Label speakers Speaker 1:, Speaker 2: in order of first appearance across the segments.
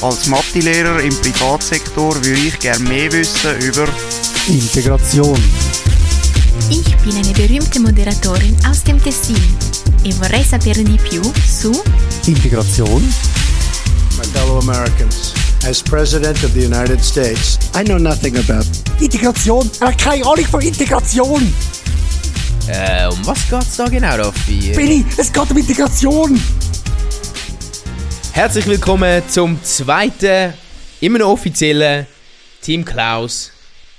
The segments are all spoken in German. Speaker 1: Als Mathelehrer im Privatsektor würde ich gerne mehr wissen über
Speaker 2: Integration.
Speaker 3: Ich bin eine berühmte Moderatorin aus dem Tessin e vorrei saperne di più su
Speaker 2: Integration.
Speaker 4: My fellow Americans, as President of the United States, I know nothing about
Speaker 2: Integration. Er hat keine Ahnung von Integration.
Speaker 5: Äh, um was geht's da genau, Raffi?
Speaker 2: Billy, es geht um Integration.
Speaker 5: Herzlich willkommen zum zweiten, immer noch offiziellen Team Klaus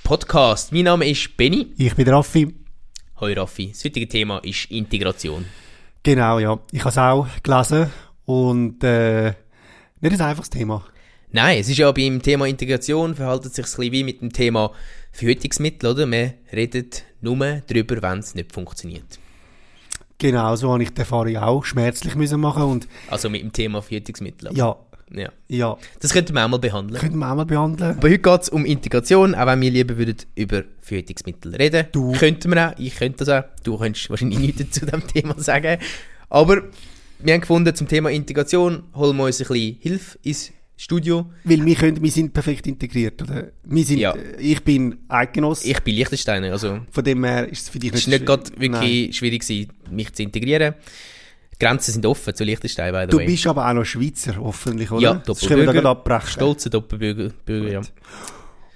Speaker 5: Podcast. Mein Name ist Benny.
Speaker 2: Ich bin Raffi.
Speaker 5: Hoi Raffi. Das heutige Thema ist Integration.
Speaker 2: Genau, ja. Ich habe es auch gelesen und äh, nicht ein einfaches Thema.
Speaker 5: Nein, es ist ja beim Thema Integration verhält es sich ein bisschen wie mit dem Thema Verhütungsmittel, oder? Man redet nur darüber, wenn es nicht funktioniert.
Speaker 2: Genau, so habe ich die Erfahrung auch schmerzlich müssen machen und
Speaker 5: Also mit dem Thema Verhütungsmittel.
Speaker 2: ja,
Speaker 5: ja.
Speaker 2: ja,
Speaker 5: Das könnten wir auch mal behandeln.
Speaker 2: könnten wir auch mal behandeln.
Speaker 5: Aber heute geht es um Integration, auch wenn wir lieber würden über Verhütungsmittel reden.
Speaker 2: Du.
Speaker 5: Könnten wir auch, ich könnte das auch. Du könntest wahrscheinlich nichts zu diesem Thema sagen. Aber wir haben gefunden, zum Thema Integration holen wir uns ein bisschen Hilfe ins Studio.
Speaker 2: Weil wir, können, wir sind perfekt integriert, oder? Wir sind,
Speaker 5: Ja.
Speaker 2: äh, ich bin Eidgenoss,
Speaker 5: Ich bin Liechtensteiner, also
Speaker 2: von dem her ist es für dich
Speaker 5: es war nicht gerade
Speaker 2: schwierig. Nein.
Speaker 5: wirklich schwierig, gewesen, mich zu integrieren. Die Grenzen sind offen zu Liechtenstein, by the
Speaker 2: Du
Speaker 5: way.
Speaker 2: bist aber auch noch Schweizer, hoffentlich, oder?
Speaker 5: Ja,
Speaker 2: das können wir da
Speaker 5: Doppelbürger.
Speaker 2: gerade abbrechen.
Speaker 5: Stolzer Doppelbürger, Bürger, ja.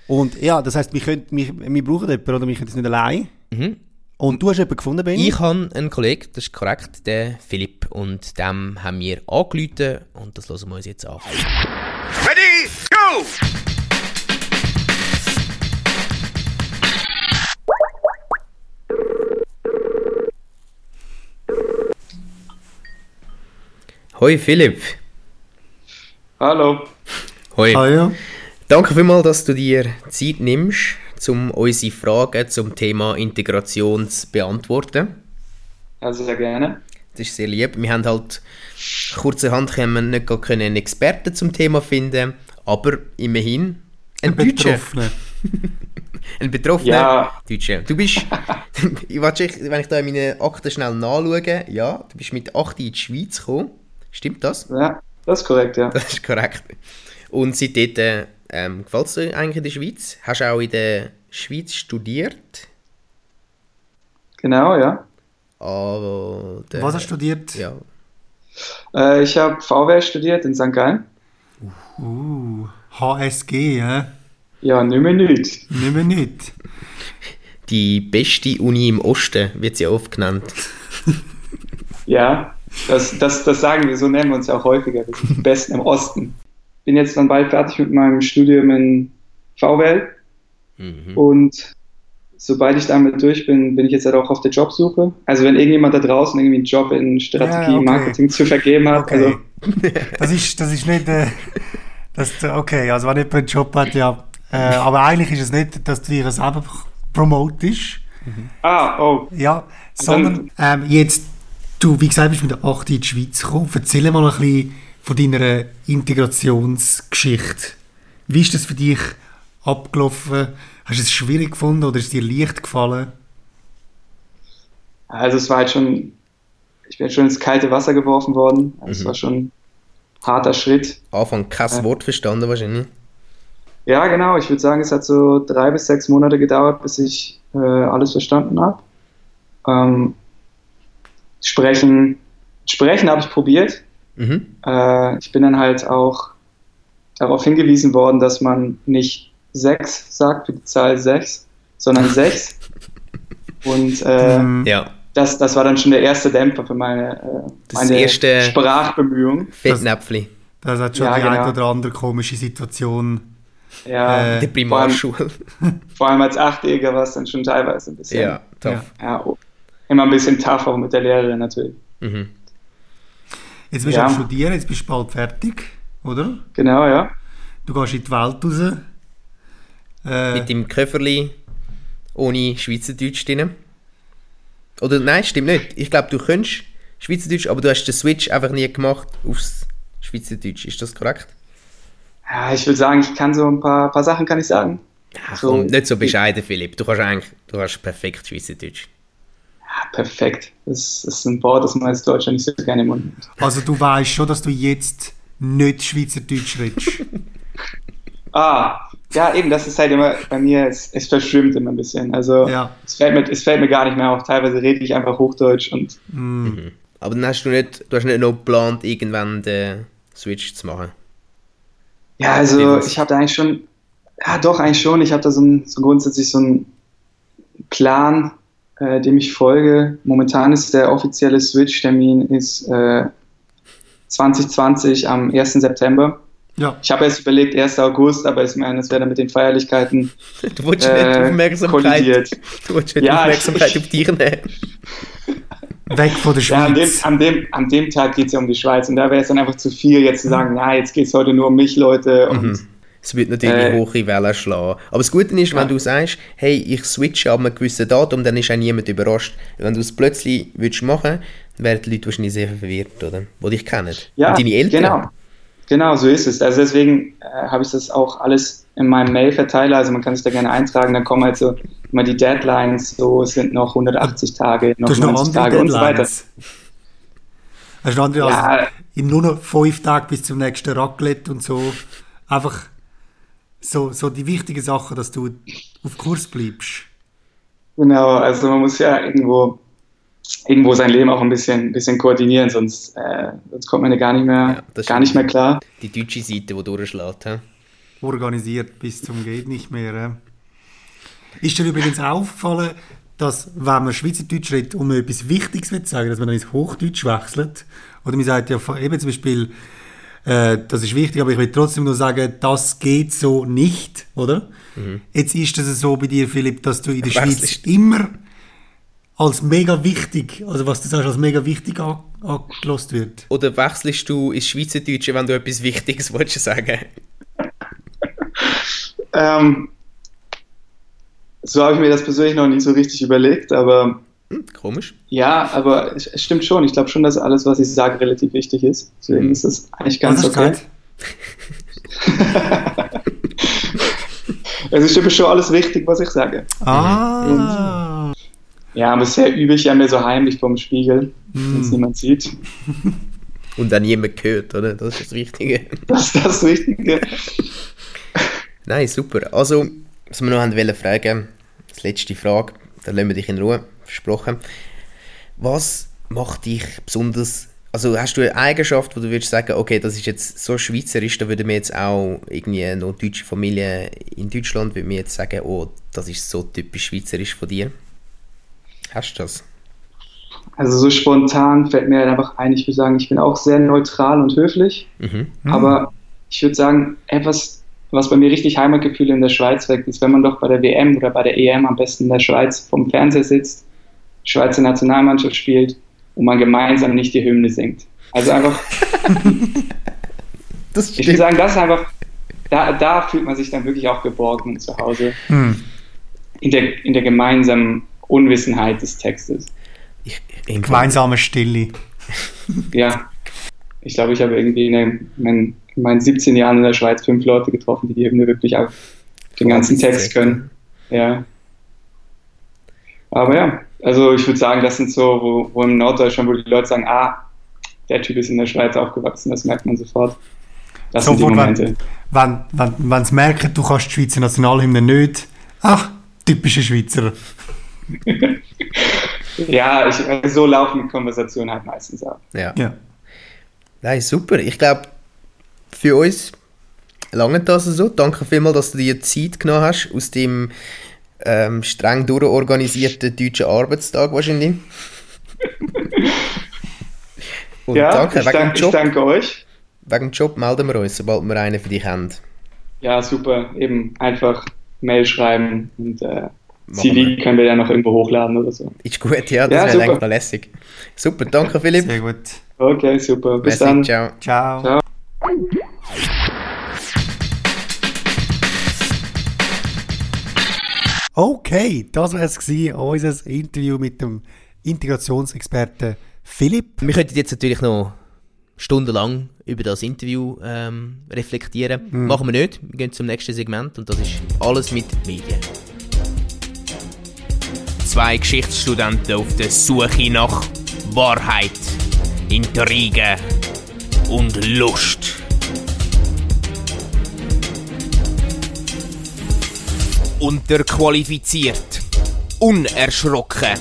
Speaker 2: Und ja, das heisst, wir, können, wir, wir brauchen jemanden, oder? Wir können es nicht allein.
Speaker 5: Mhm.
Speaker 2: Und du hast jemanden gefunden, Benni?
Speaker 5: Ich habe einen Kollegen, das ist korrekt, der Philipp, und dem haben wir angerufen und das hören wir uns jetzt an.
Speaker 1: Ready, go!
Speaker 5: Hoi Philipp.
Speaker 6: Hallo.
Speaker 5: Hoi.
Speaker 2: Ah, ja.
Speaker 5: Danke vielmals, dass du dir Zeit nimmst, um unsere Fragen zum Thema Integration zu beantworten.
Speaker 6: Also sehr gerne.
Speaker 5: Das ist sehr lieb. Wir haben halt kurzerhand können wir nicht gerade können einen Experten zum Thema finden, aber immerhin ein Deutscher,
Speaker 2: Betroffene.
Speaker 5: ein Betroffener
Speaker 6: Ja.
Speaker 5: Deutscher. Du bist, ich warte, ich- wenn ich da in meine Akten schnell nachschaue, ja, du bist mit 8 in die Schweiz gekommen. Stimmt das?
Speaker 6: Ja, das ist korrekt, ja.
Speaker 5: Das ist korrekt. Und seitdem äh, ähm, gefällt es dir eigentlich in der Schweiz? Hast du auch in der Schweiz studiert?
Speaker 6: Genau, ja.
Speaker 5: Aber der-
Speaker 2: Was hast du studiert?
Speaker 5: Äh, Ja.
Speaker 6: Äh, ich habe VW studiert in St. Gallen.
Speaker 2: Uh, HSG, ja?
Speaker 6: Ja, nicht mehr nicht.
Speaker 2: Nicht mehr nicht.
Speaker 5: Die beste Uni im Osten wird sie oft genannt.
Speaker 6: Ja, das, das, das sagen wir, so nennen wir uns ja auch häufiger. Das ist am besten im Osten. Bin jetzt dann bald fertig mit meinem Studium in VW
Speaker 2: Mhm.
Speaker 6: und sobald ich damit durch bin, bin ich jetzt halt auch auf der Jobsuche. Also wenn irgendjemand da draußen irgendwie einen Job in Strategie,
Speaker 2: Ja, okay.
Speaker 6: Marketing zu vergeben hat, also
Speaker 2: das, ist, das ist nicht. Äh, das, okay, also wenn jemand einen Job hat, ja. Äh, aber eigentlich ist es nicht, dass du dich selber promotest.
Speaker 6: ah, oh,
Speaker 2: Ja, sondern ähm, jetzt, du, wie gesagt, bist mit 8 in die Schweiz gekommen. Erzähl mal ein bisschen von deiner Integrationsgeschichte. Wie ist das für dich abgelaufen? Hast du es schwierig gefunden oder ist es dir leicht gefallen?
Speaker 6: Also es war halt schon, ich bin schon ins kalte Wasser geworfen worden. Also Es war schon ein harter Schritt.
Speaker 5: Anfang kein Wort verstanden wahrscheinlich.
Speaker 6: Ja, genau. Ich würde sagen, es hat so drei bis sechs Monate gedauert, bis ich äh, alles verstanden habe. Ähm, sprechen, sprechen habe ich probiert.
Speaker 5: Mhm.
Speaker 6: Äh, ich bin dann halt auch darauf hingewiesen worden, dass man nicht sechs sagt für die Zahl sechs, sondern sechs. Und äh,
Speaker 5: Ja.
Speaker 6: das, das war dann schon der erste Dämpfer für meine, äh,
Speaker 5: Das
Speaker 6: meine
Speaker 5: erste-
Speaker 6: Sprachbemühung.
Speaker 5: Fettnäpfli.
Speaker 2: Das hat schon
Speaker 6: Ja,
Speaker 2: die eine
Speaker 6: genau.
Speaker 2: oder andere komische Situation.
Speaker 6: Ja,
Speaker 2: Äh,
Speaker 5: Die Primarschule.
Speaker 6: vor allem als Achtjähriger war es dann schon teilweise ein bisschen.
Speaker 5: Ja, tough.
Speaker 6: ja, oh, immer ein bisschen tough, auch mit der Lehrerin natürlich.
Speaker 5: Mhm.
Speaker 2: Jetzt bist
Speaker 6: Ja.
Speaker 2: du am Studieren, jetzt bist du bald fertig, oder?
Speaker 6: Genau, ja.
Speaker 2: Du gehst in die Welt raus. Äh,
Speaker 5: Mit dem Köfferli ohne Schweizerdeutsch drin. Oder nein, stimmt nicht. Ich glaube, du könntest Schweizerdeutsch, aber du hast den Switch einfach nie gemacht aufs Schweizerdeutsch. Ist das korrekt?
Speaker 6: ja ich würde sagen, ich kann so ein paar, paar Sachen kann ich sagen.
Speaker 5: Ach,
Speaker 6: So.
Speaker 5: komm, nicht so bescheiden, Philipp. Du kannst eigentlich, du kannst perfekt Schweizerdeutsch.
Speaker 6: Ja, perfekt. Das ist ein Wort, das man als Deutscher nicht so gerne im Mund nimmt.
Speaker 2: also du weißt schon, dass du jetzt nicht Schweizerdeutsch redest.
Speaker 6: Ah, ja, eben, das ist halt immer bei mir, es, es verschwimmt immer ein bisschen. Also
Speaker 2: Ja.
Speaker 6: es, fällt mir, es fällt mir gar nicht mehr auf. Teilweise rede ich einfach Hochdeutsch und
Speaker 5: Aber dann hast du nicht, du hast nicht noch geplant, irgendwann den Switch zu machen.
Speaker 6: ja, also ich habe da eigentlich schon, ja doch, eigentlich schon, ich habe da so, ein, so grundsätzlich so einen Plan, äh, dem ich folge. Momentan ist der offizielle Switch-Termin ist äh, 2020 am 1. September.
Speaker 2: Ja.
Speaker 6: Ich habe erst überlegt, 1. August, aber ich meine, das wäre dann mit den Feierlichkeiten
Speaker 5: Du wolltest nicht
Speaker 6: äh,
Speaker 5: Aufmerksamkeit,
Speaker 6: kollidiert.
Speaker 5: du wolltest nicht
Speaker 6: Ja,
Speaker 5: Aufmerksamkeit
Speaker 6: ich-
Speaker 5: auf dich nehmen.
Speaker 2: Weg von der
Speaker 6: Ja, an dem,
Speaker 2: Schweiz.
Speaker 6: an dem, an dem Tag geht es ja um die Schweiz und da wäre es dann einfach zu viel, jetzt
Speaker 2: Mhm.
Speaker 6: zu sagen, na, jetzt geht es heute nur um mich, Leute. Und
Speaker 5: Es wird natürlich
Speaker 6: Äh.
Speaker 5: hohe Wellen schlagen. Aber das Gute ist, wenn du sagst, hey, ich switche ab einem gewissen Datum, dann ist auch niemand überrascht. Wenn du es plötzlich würdest machen wären die Leute wahrscheinlich sehr verwirrt, oder? Die dich kennen.
Speaker 6: ja,
Speaker 5: Und deine Eltern.
Speaker 6: Genau. Genau, so ist es. Also deswegen äh, habe ich das auch alles in meinem Mail-Verteiler, also man kann sich da gerne eintragen, dann kommen halt so immer die Deadlines, so es sind noch 180 Tage, noch
Speaker 2: Du hast
Speaker 6: 90
Speaker 2: noch andere
Speaker 6: Tage und so weiter.
Speaker 2: Deadlines. Hast noch andere, also
Speaker 6: Ja.
Speaker 2: in nur noch fünf Tagen bis zum nächsten Raclette und so. Einfach so, so die wichtigen Sachen, dass du auf Kurs bleibst.
Speaker 6: Genau, also man muss ja irgendwo irgendwo sein Leben auch ein bisschen, bisschen koordinieren, sonst, äh, sonst kommt man ja gar nicht mehr,
Speaker 5: das
Speaker 6: gar
Speaker 5: stimmt.
Speaker 6: nicht mehr klar.
Speaker 5: Die deutsche Seite, die durchschlägt. hä?
Speaker 2: Organisiert bis zum geht nicht mehr. äh. Ist dir übrigens auch aufgefallen, dass wenn man Schweizerdeutsch redet und man etwas Wichtiges will sagen, dass man dann ins Hochdeutsch wechselt? Oder man sagt ja eben zum Beispiel, äh, das ist wichtig, aber ich will trotzdem nur sagen, das geht so nicht, oder? Jetzt ist es so bei dir, Philipp, dass du in der Schweiz
Speaker 5: Wechselst.
Speaker 2: immer als mega wichtig, also was du sagst, als mega wichtig an- angelost wird.
Speaker 5: Oder wechselst du ins Schweizerdeutsche, wenn du etwas Wichtiges willst sagen?
Speaker 6: Ähm, so habe ich mir das persönlich noch nie so richtig überlegt, aber
Speaker 5: Hm, komisch.
Speaker 6: ja, aber es es stimmt schon. Ich glaube schon, dass alles, was ich sage, relativ wichtig ist. Deswegen ist das eigentlich ganz
Speaker 2: Was hast du
Speaker 6: okay.
Speaker 2: gesagt?
Speaker 6: Also stimmt schon alles richtig, was ich sage.
Speaker 2: Ah,
Speaker 6: Ja, bisher übe ich ja mir so heimlich vom Spiegel, wenn es niemand sieht.
Speaker 5: Und dann niemand gehört, oder? Das ist das Wichtige.
Speaker 6: Das ist das Richtige.
Speaker 5: Nein, super. Also, was wir noch haben wollen fragen, das letzte Frage, dann lassen wir dich in Ruhe, versprochen. Was macht dich besonders, also hast du eine Eigenschaft, wo du würdest sagen, okay, das ist jetzt so schweizerisch, da würde mir jetzt auch irgendwie noch deutsche Familie in Deutschland, würde mir jetzt sagen, oh, das ist so typisch schweizerisch von dir. Hast du das?
Speaker 6: Also so spontan fällt mir halt einfach ein, ich würde sagen, ich bin auch sehr neutral und höflich.
Speaker 5: Mhm.
Speaker 6: Aber ich würde sagen, etwas, was bei mir richtig Heimatgefühle in der Schweiz weckt, ist, wenn man doch bei der WM oder bei der EM am besten in der Schweiz vom Fernseher sitzt, die Schweizer Nationalmannschaft spielt und man gemeinsam nicht die Hymne singt. Also einfach,
Speaker 5: Das
Speaker 6: ich würde sagen, das ist einfach, da, da fühlt man sich dann wirklich auch geborgen und zu Hause. In, der, in der gemeinsamen Unwissenheit des Textes.
Speaker 5: Ich, ich,
Speaker 2: gemeinsame Stille.
Speaker 6: Ja. Ich glaube, ich habe irgendwie in meinen, in meinen 17 Jahren in der Schweiz fünf Leute getroffen, die die Hymne wirklich auf den ganzen Text können. Ja. Aber ja, also ich würde sagen, das sind so, wo, wo im Norddeutschland, wo die Leute sagen, ah, der Typ ist in der Schweiz aufgewachsen, das merkt man sofort. Das sind die
Speaker 2: Sofort,
Speaker 6: Momente.
Speaker 2: wenn, wenn, wenn, wenn sie merken, du kannst die Schweizer Nationalhymne nicht, ach, typische Schweizer.
Speaker 6: Ja, ich, also so laufen die Konversationen halt meistens ab.
Speaker 5: ja.
Speaker 2: Ja.
Speaker 5: Nein, super. Ich glaube, für uns lange das so. Danke vielmals, dass du dir Zeit genommen hast aus dem ähm, streng durchorganisierten deutschen Arbeitstag wahrscheinlich. Und
Speaker 6: Ja,
Speaker 5: danke,
Speaker 6: ich,
Speaker 5: wegen,
Speaker 6: dank,
Speaker 5: dem
Speaker 6: ich
Speaker 5: Job,
Speaker 6: danke euch.
Speaker 5: wegen dem Job melden wir uns, sobald wir einen für dich haben.
Speaker 6: Ja, super. Eben einfach Mail schreiben und äh,
Speaker 5: wir.
Speaker 6: CV können wir dann noch irgendwo hochladen oder so.
Speaker 5: Ist gut, ja,
Speaker 6: Ja,
Speaker 5: das wäre
Speaker 6: super.
Speaker 5: eigentlich noch lässig. Super, danke Philipp.
Speaker 2: Sehr gut.
Speaker 6: Okay, super. Bis
Speaker 5: Merci,
Speaker 6: dann.
Speaker 5: Ciao.
Speaker 2: Ciao.
Speaker 6: Ciao.
Speaker 2: Okay, das war es, gewesen, unser Interview mit dem Integrationsexperten Philipp.
Speaker 5: Wir könnten jetzt natürlich noch stundenlang über das Interview ähm, reflektieren.
Speaker 2: Mhm.
Speaker 5: Machen wir nicht. Wir gehen zum nächsten Segment und das ist alles mit Medien.
Speaker 7: Zwei Geschichtsstudenten auf der Suche nach Wahrheit, Intrigen und Lust. unterqualifiziert, unerschrocken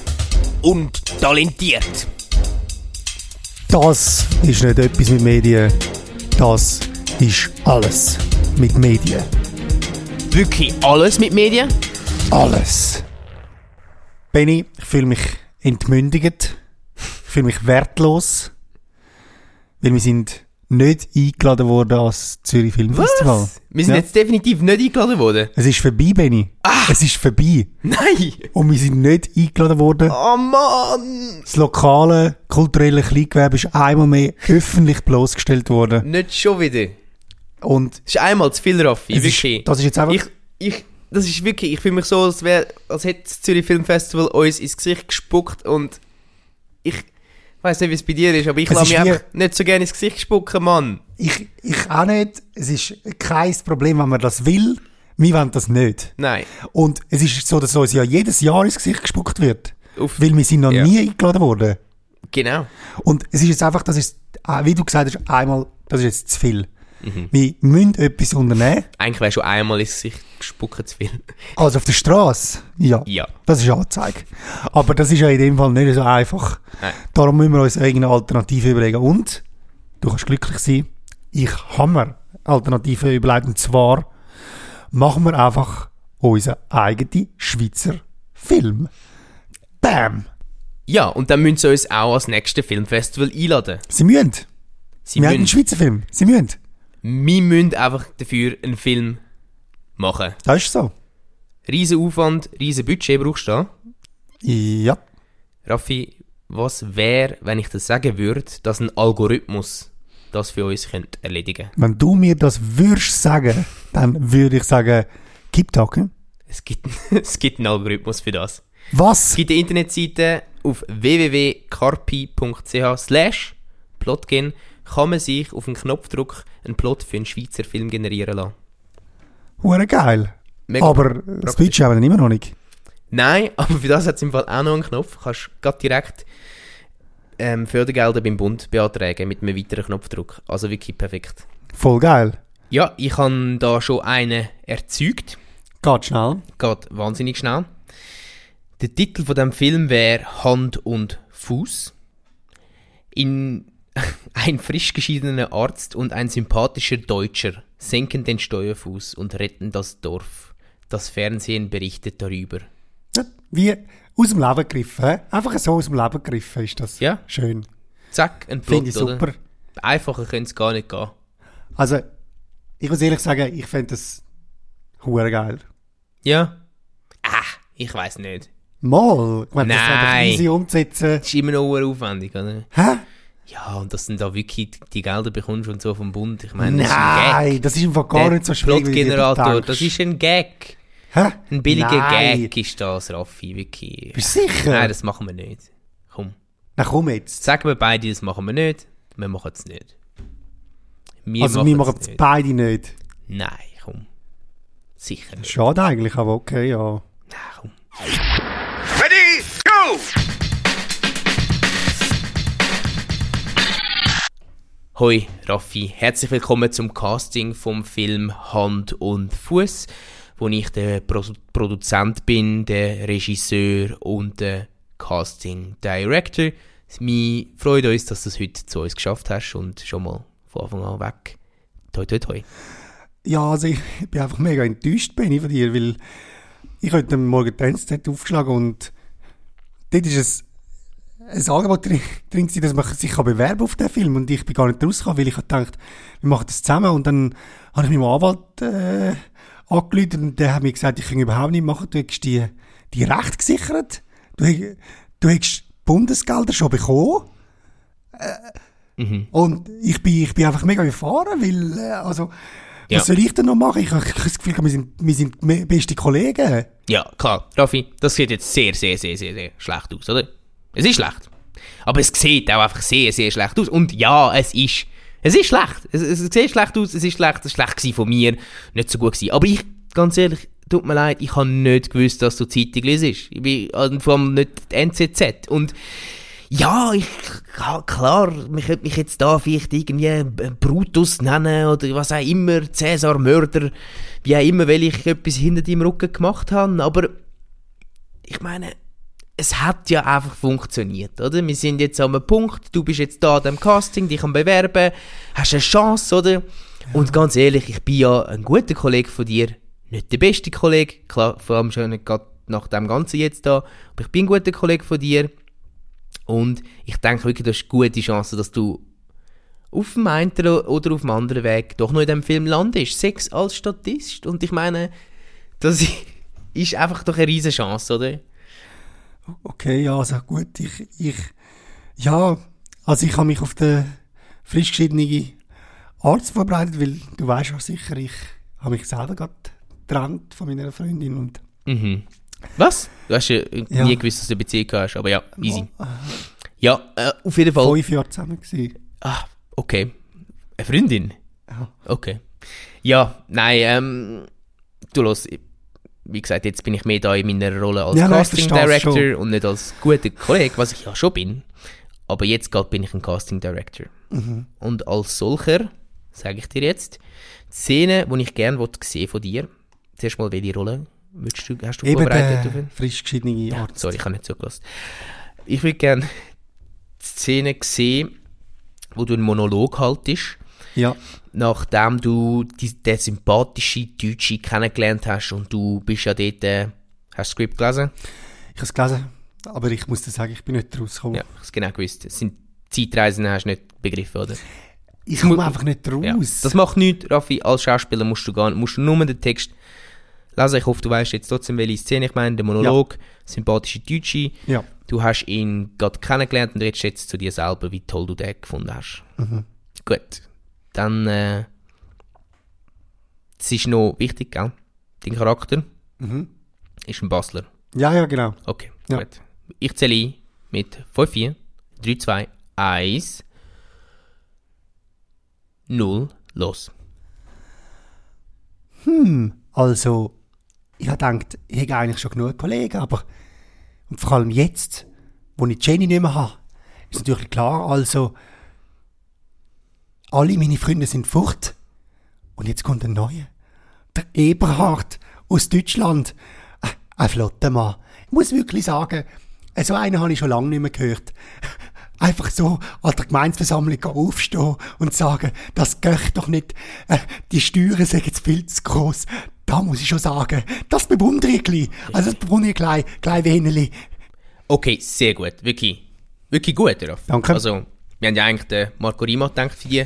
Speaker 7: und talentiert.
Speaker 2: Das ist nicht etwas mit Medien. Das ist alles mit Medien.
Speaker 7: Wirklich alles mit Medien?
Speaker 2: Alles. Benny, ich fühle mich entmündigt. Ich fühle mich wertlos. Weil wir sind nicht eingeladen worden als Zürich Film Festival.
Speaker 5: Wir sind
Speaker 2: Ja.
Speaker 5: jetzt Ah! definitiv nicht eingeladen worden.
Speaker 2: Es ist vorbei, Benny. Es ist vorbei.
Speaker 5: Nein!
Speaker 2: Und wir sind nicht eingeladen worden.
Speaker 5: Oh Mann!
Speaker 2: Das lokale kulturelle Kleingewerbe ist einmal mehr öffentlich bloßgestellt worden.
Speaker 5: Nicht schon wieder.
Speaker 2: Und
Speaker 5: Das ist einmal zu viel, Raffi,
Speaker 2: es
Speaker 5: wirklich.
Speaker 2: ist, das ist jetzt einfach...
Speaker 5: ich, ich, das ist wirklich, ich fühle mich so, als, wär, als hätte das Zürich Film Festival uns ins Gesicht gespuckt und ich weiß nicht, wie es bei dir ist, aber ich
Speaker 2: Es
Speaker 5: lasse
Speaker 2: ist
Speaker 5: mich
Speaker 2: wie-
Speaker 5: einfach nicht so gerne ins Gesicht spucken, Mann.
Speaker 2: Ich, ich auch nicht. Es ist kein Problem, wenn man das will. Wir wollen das nicht.
Speaker 5: Nein.
Speaker 2: Und es ist so, dass uns ja jedes Jahr ins Gesicht gespuckt wird.
Speaker 5: Auf-
Speaker 2: weil wir sind noch
Speaker 5: Ja.
Speaker 2: nie eingeladen worden.
Speaker 5: Genau.
Speaker 2: Und es ist jetzt einfach, das ist, äh, wie du gesagt hast, einmal, das ist jetzt zu viel. Wir müssen etwas unternehmen.
Speaker 5: Eigentlich wäre schon einmal ins Gesicht gespuckt zu viel.
Speaker 2: Also auf der Straße, ja,
Speaker 5: Ja.
Speaker 2: das ist Anzeige. Aber das ist ja in dem Fall nicht so einfach.
Speaker 5: Nein.
Speaker 2: Darum müssen wir uns irgendeine Alternative überlegen. Und, du kannst glücklich sein, ich habe mir Alternative überlegt. Und zwar machen wir einfach unseren eigenen Schweizer Film. Bam!
Speaker 5: Ja, und dann müssen sie uns auch als nächstes Filmfestival einladen.
Speaker 2: Sie müssen.
Speaker 5: Sie
Speaker 2: wir haben einen
Speaker 5: müssen,
Speaker 2: Schweizer Film. Sie müssen.
Speaker 5: wir müssen einfach dafür einen Film machen.
Speaker 2: Das ist so.
Speaker 5: Riesen Aufwand, riesen Budget brauchst du da.
Speaker 2: Ja.
Speaker 5: Raffi, was wäre, wenn ich das sagen würde, dass ein Algorithmus das für uns könnte erledigen
Speaker 2: Wenn du mir das würdest sagen, dann würde ich sagen, keep talking.
Speaker 5: Es gibt, es gibt einen Algorithmus für das. Es
Speaker 2: Was?
Speaker 5: gibt eine Internetseite auf www.carpi.ch slash plotgen kann man sich auf einen Knopfdruck einen Plot für einen Schweizer Film generieren lassen.
Speaker 2: Hure geil.
Speaker 5: Mega
Speaker 2: Aber äh, das
Speaker 5: praktisch.
Speaker 2: Budget haben wir dann immer noch nicht.
Speaker 5: Nein, aber für das hat es im Fall auch noch einen Knopf. Kannst grad direkt ähm, Fördergelder beim Bund beantragen mit einem weiteren Knopfdruck. Also wirklich perfekt.
Speaker 2: Voll geil.
Speaker 5: Ja, ich habe da schon einen erzeugt.
Speaker 2: Geht schnell.
Speaker 5: geht wahnsinnig schnell. Der Titel von dem Film wäre Hand und Fuß. In ein frisch geschiedener Arzt und ein sympathischer Deutscher senken den Steuerfuß und retten das Dorf. Das Fernsehen berichtet darüber.
Speaker 2: Ja, Wie aus dem Leben gegriffen. hä? Einfach so aus dem Leben gegriffen ist das.
Speaker 5: Ja.
Speaker 2: Schön.
Speaker 5: Zack, ein Plot,
Speaker 2: Finde ich
Speaker 5: oder?
Speaker 2: super.
Speaker 5: Einfacher könnte es gar nicht gehen.
Speaker 2: Also, ich muss ehrlich sagen, ich fände das hure geil.
Speaker 5: Ja. Ah, ich weiß nicht.
Speaker 2: Mal. Ich meine, das kann man
Speaker 5: Nein.
Speaker 2: easy umsetzen.
Speaker 5: Das ist immer noch verdammt aufwendig, oder?
Speaker 2: Hä?
Speaker 5: Ja, und dass du da wirklich die- die Gelder bekommst und so vom Bund. Ich meine, das ist ein Gag.
Speaker 2: Nein, das ist einfach gar
Speaker 5: Der
Speaker 2: nicht so schwierig. wie du dir
Speaker 5: Plotgenerator,
Speaker 2: denkst.
Speaker 5: das ist ein Gag.
Speaker 2: Hä?
Speaker 5: Ein billiger
Speaker 2: Nein.
Speaker 5: Gag ist das, Raffi, wirklich.
Speaker 2: Bist du sicher?
Speaker 5: Nein, das machen wir nicht. Komm,
Speaker 2: Na komm jetzt.
Speaker 5: sagen wir beide, das machen wir nicht. Wir machen es nicht. Wir
Speaker 2: also wir
Speaker 5: machen's
Speaker 2: machen es beide nicht.
Speaker 5: Nein, komm. Sicher nicht.
Speaker 2: Schade eigentlich, aber okay, ja.
Speaker 5: Nein, komm.
Speaker 7: Ready, go!
Speaker 5: Hoi, Raffi. Herzlich willkommen zum Casting vom Film Hand und Fuß, wo ich der Pro Produzent bin, der Regisseur und der Casting Director. Wir freuen uns, dass du es heute zu uns geschafft hast und schon mal von Anfang an weg. Toi, toi, toi.
Speaker 2: Ja, also ich bin einfach mega enttäuscht bin ich von dir, weil ich heute am Morgen die NZZ aufgeschlagen und dort ist ein, ein Angebot drin, drin gewesen, dass man sich kann bewerben auf den Film und ich bin gar nicht rausgekommen, weil ich hab gedacht, wir machen das zusammen und dann habe ich meinem Anwalt äh, angerufen und der hat mir gesagt, ich kann überhaupt nicht machen, du hättest die, die Rechte gesichert, du, hä- du hättest Bundesgelder schon bekommen Äh, und ich bin, ich bin einfach mega erfahren, weil, äh, also,
Speaker 5: Ja.
Speaker 2: was soll ich denn noch machen? Ich habe das Gefühl, wir sind, wir sind me- beste Kollegen.
Speaker 5: Ja, klar, Raffi, das sieht jetzt sehr, sehr, sehr, sehr, sehr schlecht aus, oder? Es ist schlecht. Aber es sieht auch einfach sehr, sehr schlecht aus. Und ja, es ist. Es ist schlecht. Es, es sieht schlecht aus, es ist schlecht, es ist schlecht gewesen von mir, nicht so gut gewesen. Aber ich, ganz ehrlich, tut mir leid, ich habe nicht gewusst, dass du die Zeitung liest. Ich bin äh, vor allem nicht die NZZ. Und ja, ich, ja, klar, man könnte mich jetzt da vielleicht irgendwie Brutus nennen oder was auch immer, Cäsar, Mörder, wie auch immer, weil ich etwas hinter deinem Rücken gemacht habe, aber ich meine, es hat ja einfach funktioniert, oder? Wir sind jetzt an einem Punkt, du bist jetzt da an dem Casting, dich am Bewerben, hast eine Chance, oder? Und ganz ehrlich, ich bin ja ein guter Kollege von dir, nicht der beste Kollege, klar, vor allem schon nicht gerade nach dem Ganzen jetzt da, aber ich bin ein guter Kollege von dir und ich denke wirklich, du hast gute Chancen, dass du auf dem einen oder auf dem anderen Weg doch noch in diesem Film landest. Sex als Statist und ich meine, das ist einfach doch eine riesige Chance, oder?
Speaker 2: Okay, ja, also gut, ich, ich, ja, also ich habe mich auf den frisch geschiedenen Arzt vorbereitet, weil du weißt ja sicher, ich habe mich selber gerade getrennt von meiner Freundin und
Speaker 5: Mhm. Was? Du hast ja nie
Speaker 2: Ja.
Speaker 5: gewusst, dass du eine Beziehung hast, aber ja, easy. Ja, äh, auf jeden Fall.
Speaker 2: fünf Jahre zusammen gewesen.
Speaker 5: Ah, okay. Eine Freundin?
Speaker 2: Ja.
Speaker 5: Okay. Ja, nein, ähm, du los. Wie gesagt, jetzt bin ich mehr da in meiner Rolle als
Speaker 2: Ja, nein, ich
Speaker 5: Casting
Speaker 2: versteh's
Speaker 5: Director und nicht als guter Kollege, was ich ja schon bin. Aber jetzt gerade bin ich ein Casting Director.
Speaker 2: Mhm.
Speaker 5: Und als solcher, sage ich dir jetzt, die Szene, die ich gerne sehen von dir, zuerst mal, welche Rolle würdest du, hast du
Speaker 2: Eben
Speaker 5: vorbereitet? dafür?
Speaker 2: der frisch geschiedene Arzt.
Speaker 5: Sorry, ich habe nicht zugelassen. Ich würde gerne die Szene sehen, wo du einen Monolog haltest,
Speaker 2: Ja,
Speaker 5: nachdem du die, den sympathischen Deutsche kennengelernt hast und du bist ja dort, äh, hast du das Skript gelesen?
Speaker 2: ich habe es gelesen, aber ich muss dir sagen, ich bin nicht rausgekommen.
Speaker 5: Ja, ich habe es genau gewusst. Es sind Zeitreisen, hast du nicht begriffen, oder?
Speaker 2: Ich komme einfach nicht raus.
Speaker 5: Ja. Das macht nichts, Raffi. Als Schauspieler musst du gar nicht, musst du nur den Text lesen. Ich hoffe, du weißt jetzt trotzdem, welche Szene ich meine. Der Monolog, sympathische Deutsche.
Speaker 2: Ja.
Speaker 5: Du hast ihn gerade kennengelernt und redest jetzt zu dir selber, wie toll du den gefunden hast.
Speaker 2: Mhm.
Speaker 5: Gut. Dann, äh, es ist noch wichtig, gell? Dein Charakter ist ein Basler.
Speaker 2: ja, ja, genau.
Speaker 5: Okay,
Speaker 2: Mhm. Ja.
Speaker 5: gut. Ich zähle ein mit 5, 4, 3, 2, 1, 0, los.
Speaker 2: Also, ich habe gedacht, ich hätte eigentlich schon genug Kollegen, aber und vor allem jetzt, wo ich Jenny nicht mehr habe, ist natürlich klar, also alle meine Freunde sind fort und jetzt kommt ein neuer. Der Eberhard aus Deutschland. Äh, Ein flotter Mann. Ich muss wirklich sagen, äh, so einen habe ich schon lange nicht mehr gehört. Einfach so an der Gemeinsversammlung gehen aufstehen und sagen, das geht doch nicht, äh, die Steuern sind jetzt viel zu gross. Da muss ich schon sagen, das bewundere ich ein bisschen. Also das bewundere ich gleich, gleich wenig.
Speaker 5: Okay, sehr gut. Wirklich, wirklich gut, Raffi.
Speaker 2: Danke.
Speaker 5: Also, wir haben ja eigentlich den Marco Rima gedacht für die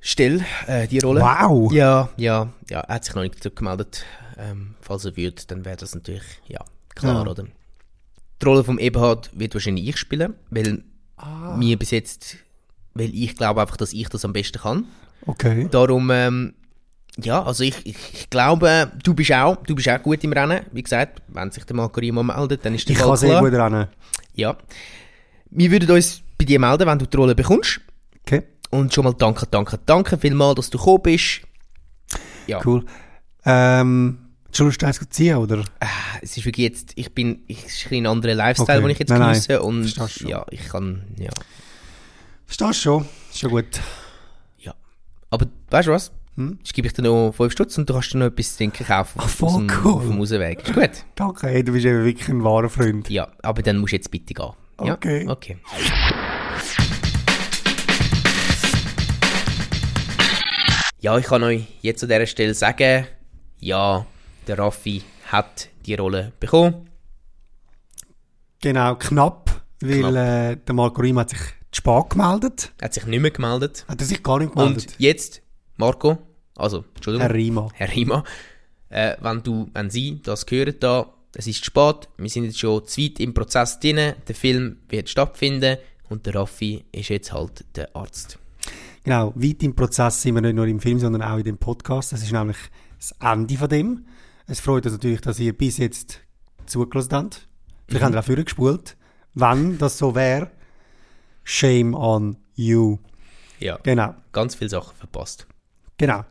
Speaker 5: Stelle, äh, die Rolle.
Speaker 2: Wow.
Speaker 5: Ja, ja, ja. Er hat sich noch nicht zurückgemeldet. Ähm, falls er würde, dann wäre das natürlich, ja, klar,
Speaker 2: Ja.
Speaker 5: oder? Die Rolle vom Eberhard wird wahrscheinlich ich spielen, weil mir bis jetzt, weil ich glaube einfach, dass ich das am besten kann.
Speaker 2: Okay.
Speaker 5: Darum, ähm, ja, also ich, ich, ich glaube, du bist auch, du bist auch gut im Rennen. Wie gesagt, wenn sich der Marco Rima meldet, dann ist der
Speaker 2: Ich
Speaker 5: Fall
Speaker 2: kann sehr
Speaker 5: klar.
Speaker 2: gut ran.
Speaker 5: Ja. Wir würden uns bei dir melden, wenn du die Rolle bekommst.
Speaker 2: Okay,
Speaker 5: Und schon mal danke, danke, danke vielmals, dass du gekommen bist. Ja.
Speaker 2: cool. Ähm, Entschuldigung, hast du eins ziehen, oder?
Speaker 5: Es ist wirklich jetzt, ich bin, ich es ist ein bisschen ein anderer Lifestyle,
Speaker 2: Okay.
Speaker 5: den ich jetzt
Speaker 2: Nein, nein.
Speaker 5: genieße. Und
Speaker 2: Verstehst schon.
Speaker 5: ja, ich kann, ja.
Speaker 2: Verstehst du schon? Ist schon gut.
Speaker 5: ja. Aber weißt du was?
Speaker 2: Hm?
Speaker 5: Ich gebe ich dir noch 5 Stutz und du kannst dir noch etwas zu trinken kaufen. Ach,
Speaker 2: Ah, voll
Speaker 5: vom,
Speaker 2: cool.
Speaker 5: Vom Rausweg. Ist gut.
Speaker 2: Danke, hey, du bist eben wirklich ein wahrer Freund.
Speaker 5: Ja, aber dann musst du jetzt bitte gehen. Ja?
Speaker 2: Okay.
Speaker 5: Okay. Ja, ich kann euch jetzt an dieser Stelle sagen, ja, der Raffi hat die Rolle bekommen.
Speaker 2: Genau, knapp, weil
Speaker 5: Knapp.
Speaker 2: Äh, der Marco Riem hat sich zu spät gemeldet.
Speaker 5: Er hat sich nicht mehr gemeldet.
Speaker 2: Hat er sich gar nicht
Speaker 5: Und
Speaker 2: gemeldet?
Speaker 5: jetzt, Marco, also, Entschuldigung,
Speaker 2: Herr Rima.
Speaker 5: Herr Rima, äh, wenn du, wenn Sie das hören da, es ist zu spät, wir sind jetzt schon zu weit im Prozess drin, der Film wird stattfinden und der Raffi ist jetzt halt der Arzt.
Speaker 2: Genau, weit im Prozess sind wir nicht nur im Film, sondern auch in dem Podcast. Das ist nämlich das Ende von dem. Es freut uns natürlich, dass ihr bis jetzt zugelassen habt. Vielleicht habt ihr auch vorgespult. Wenn das so wäre, shame on you.
Speaker 5: Ja.
Speaker 2: Genau,
Speaker 5: ganz viele Sachen verpasst.
Speaker 2: genau.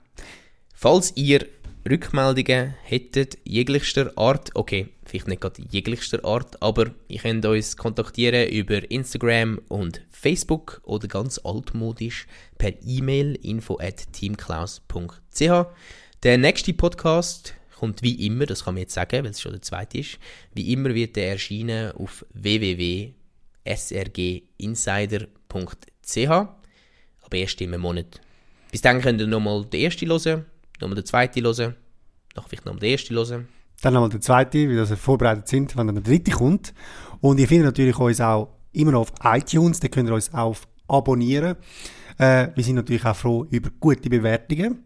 Speaker 5: Falls ihr Rückmeldungen hättet, jeglichster Art, okay, vielleicht nicht gerade jeglichster Art, aber ihr könnt uns kontaktieren über Instagram und Facebook oder ganz altmodisch per E-Mail info at teamklaus.ch. Der nächste Podcast kommt wie immer, das kann man jetzt sagen, weil es schon der zweite ist, wie immer wird der erscheinen auf www.srginsider.ch, aber erst im Monat. Bis dann könnt ihr nochmal den ersten hören, nochmal den zweiten hören, noch vielleicht nochmal den ersten hören.
Speaker 2: Dann nochmal der zweite, weil das wir vorbereitet sind, wenn dann der dritte kommt. Und ihr findet natürlich uns auch immer noch auf iTunes, da könnt ihr uns auch abonnieren. Äh, wir sind natürlich auch froh über gute Bewertungen.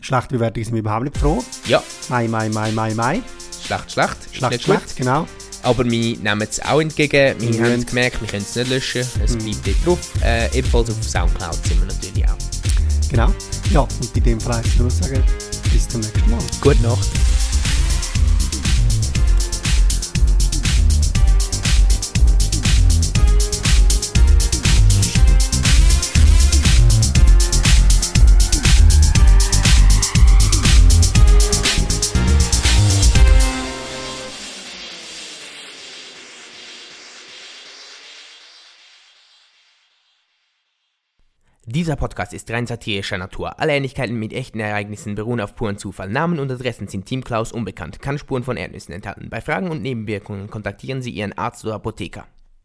Speaker 2: Schlechte Bewertungen sind wir überhaupt nicht froh.
Speaker 5: Ja,
Speaker 2: Mai, mai, mai, mai, mai.
Speaker 5: schlecht, schlecht. ist
Speaker 2: Schlecht,
Speaker 5: nicht
Speaker 2: schlecht,
Speaker 5: gut.
Speaker 2: genau.
Speaker 5: Aber wir nehmen es auch entgegen. Wir Hm.
Speaker 2: Wir
Speaker 5: haben
Speaker 2: wollen-
Speaker 5: gemerkt, wir können es nicht löschen. Es bleibt dort drauf. Äh, ebenfalls auf Soundcloud sind wir natürlich auch.
Speaker 2: Genau. Ja, und in dem Fall kann ich nur sagen, bis zum nächsten Mal.
Speaker 5: Gute Nacht.
Speaker 7: Dieser Podcast ist rein satirischer Natur. Alle Ähnlichkeiten mit echten Ereignissen beruhen auf puren Zufall. Namen und Adressen sind Team Klaus unbekannt. Kann Spuren von Erdnüssen enthalten. Bei Fragen und Nebenwirkungen kontaktieren Sie Ihren Arzt oder Apotheker.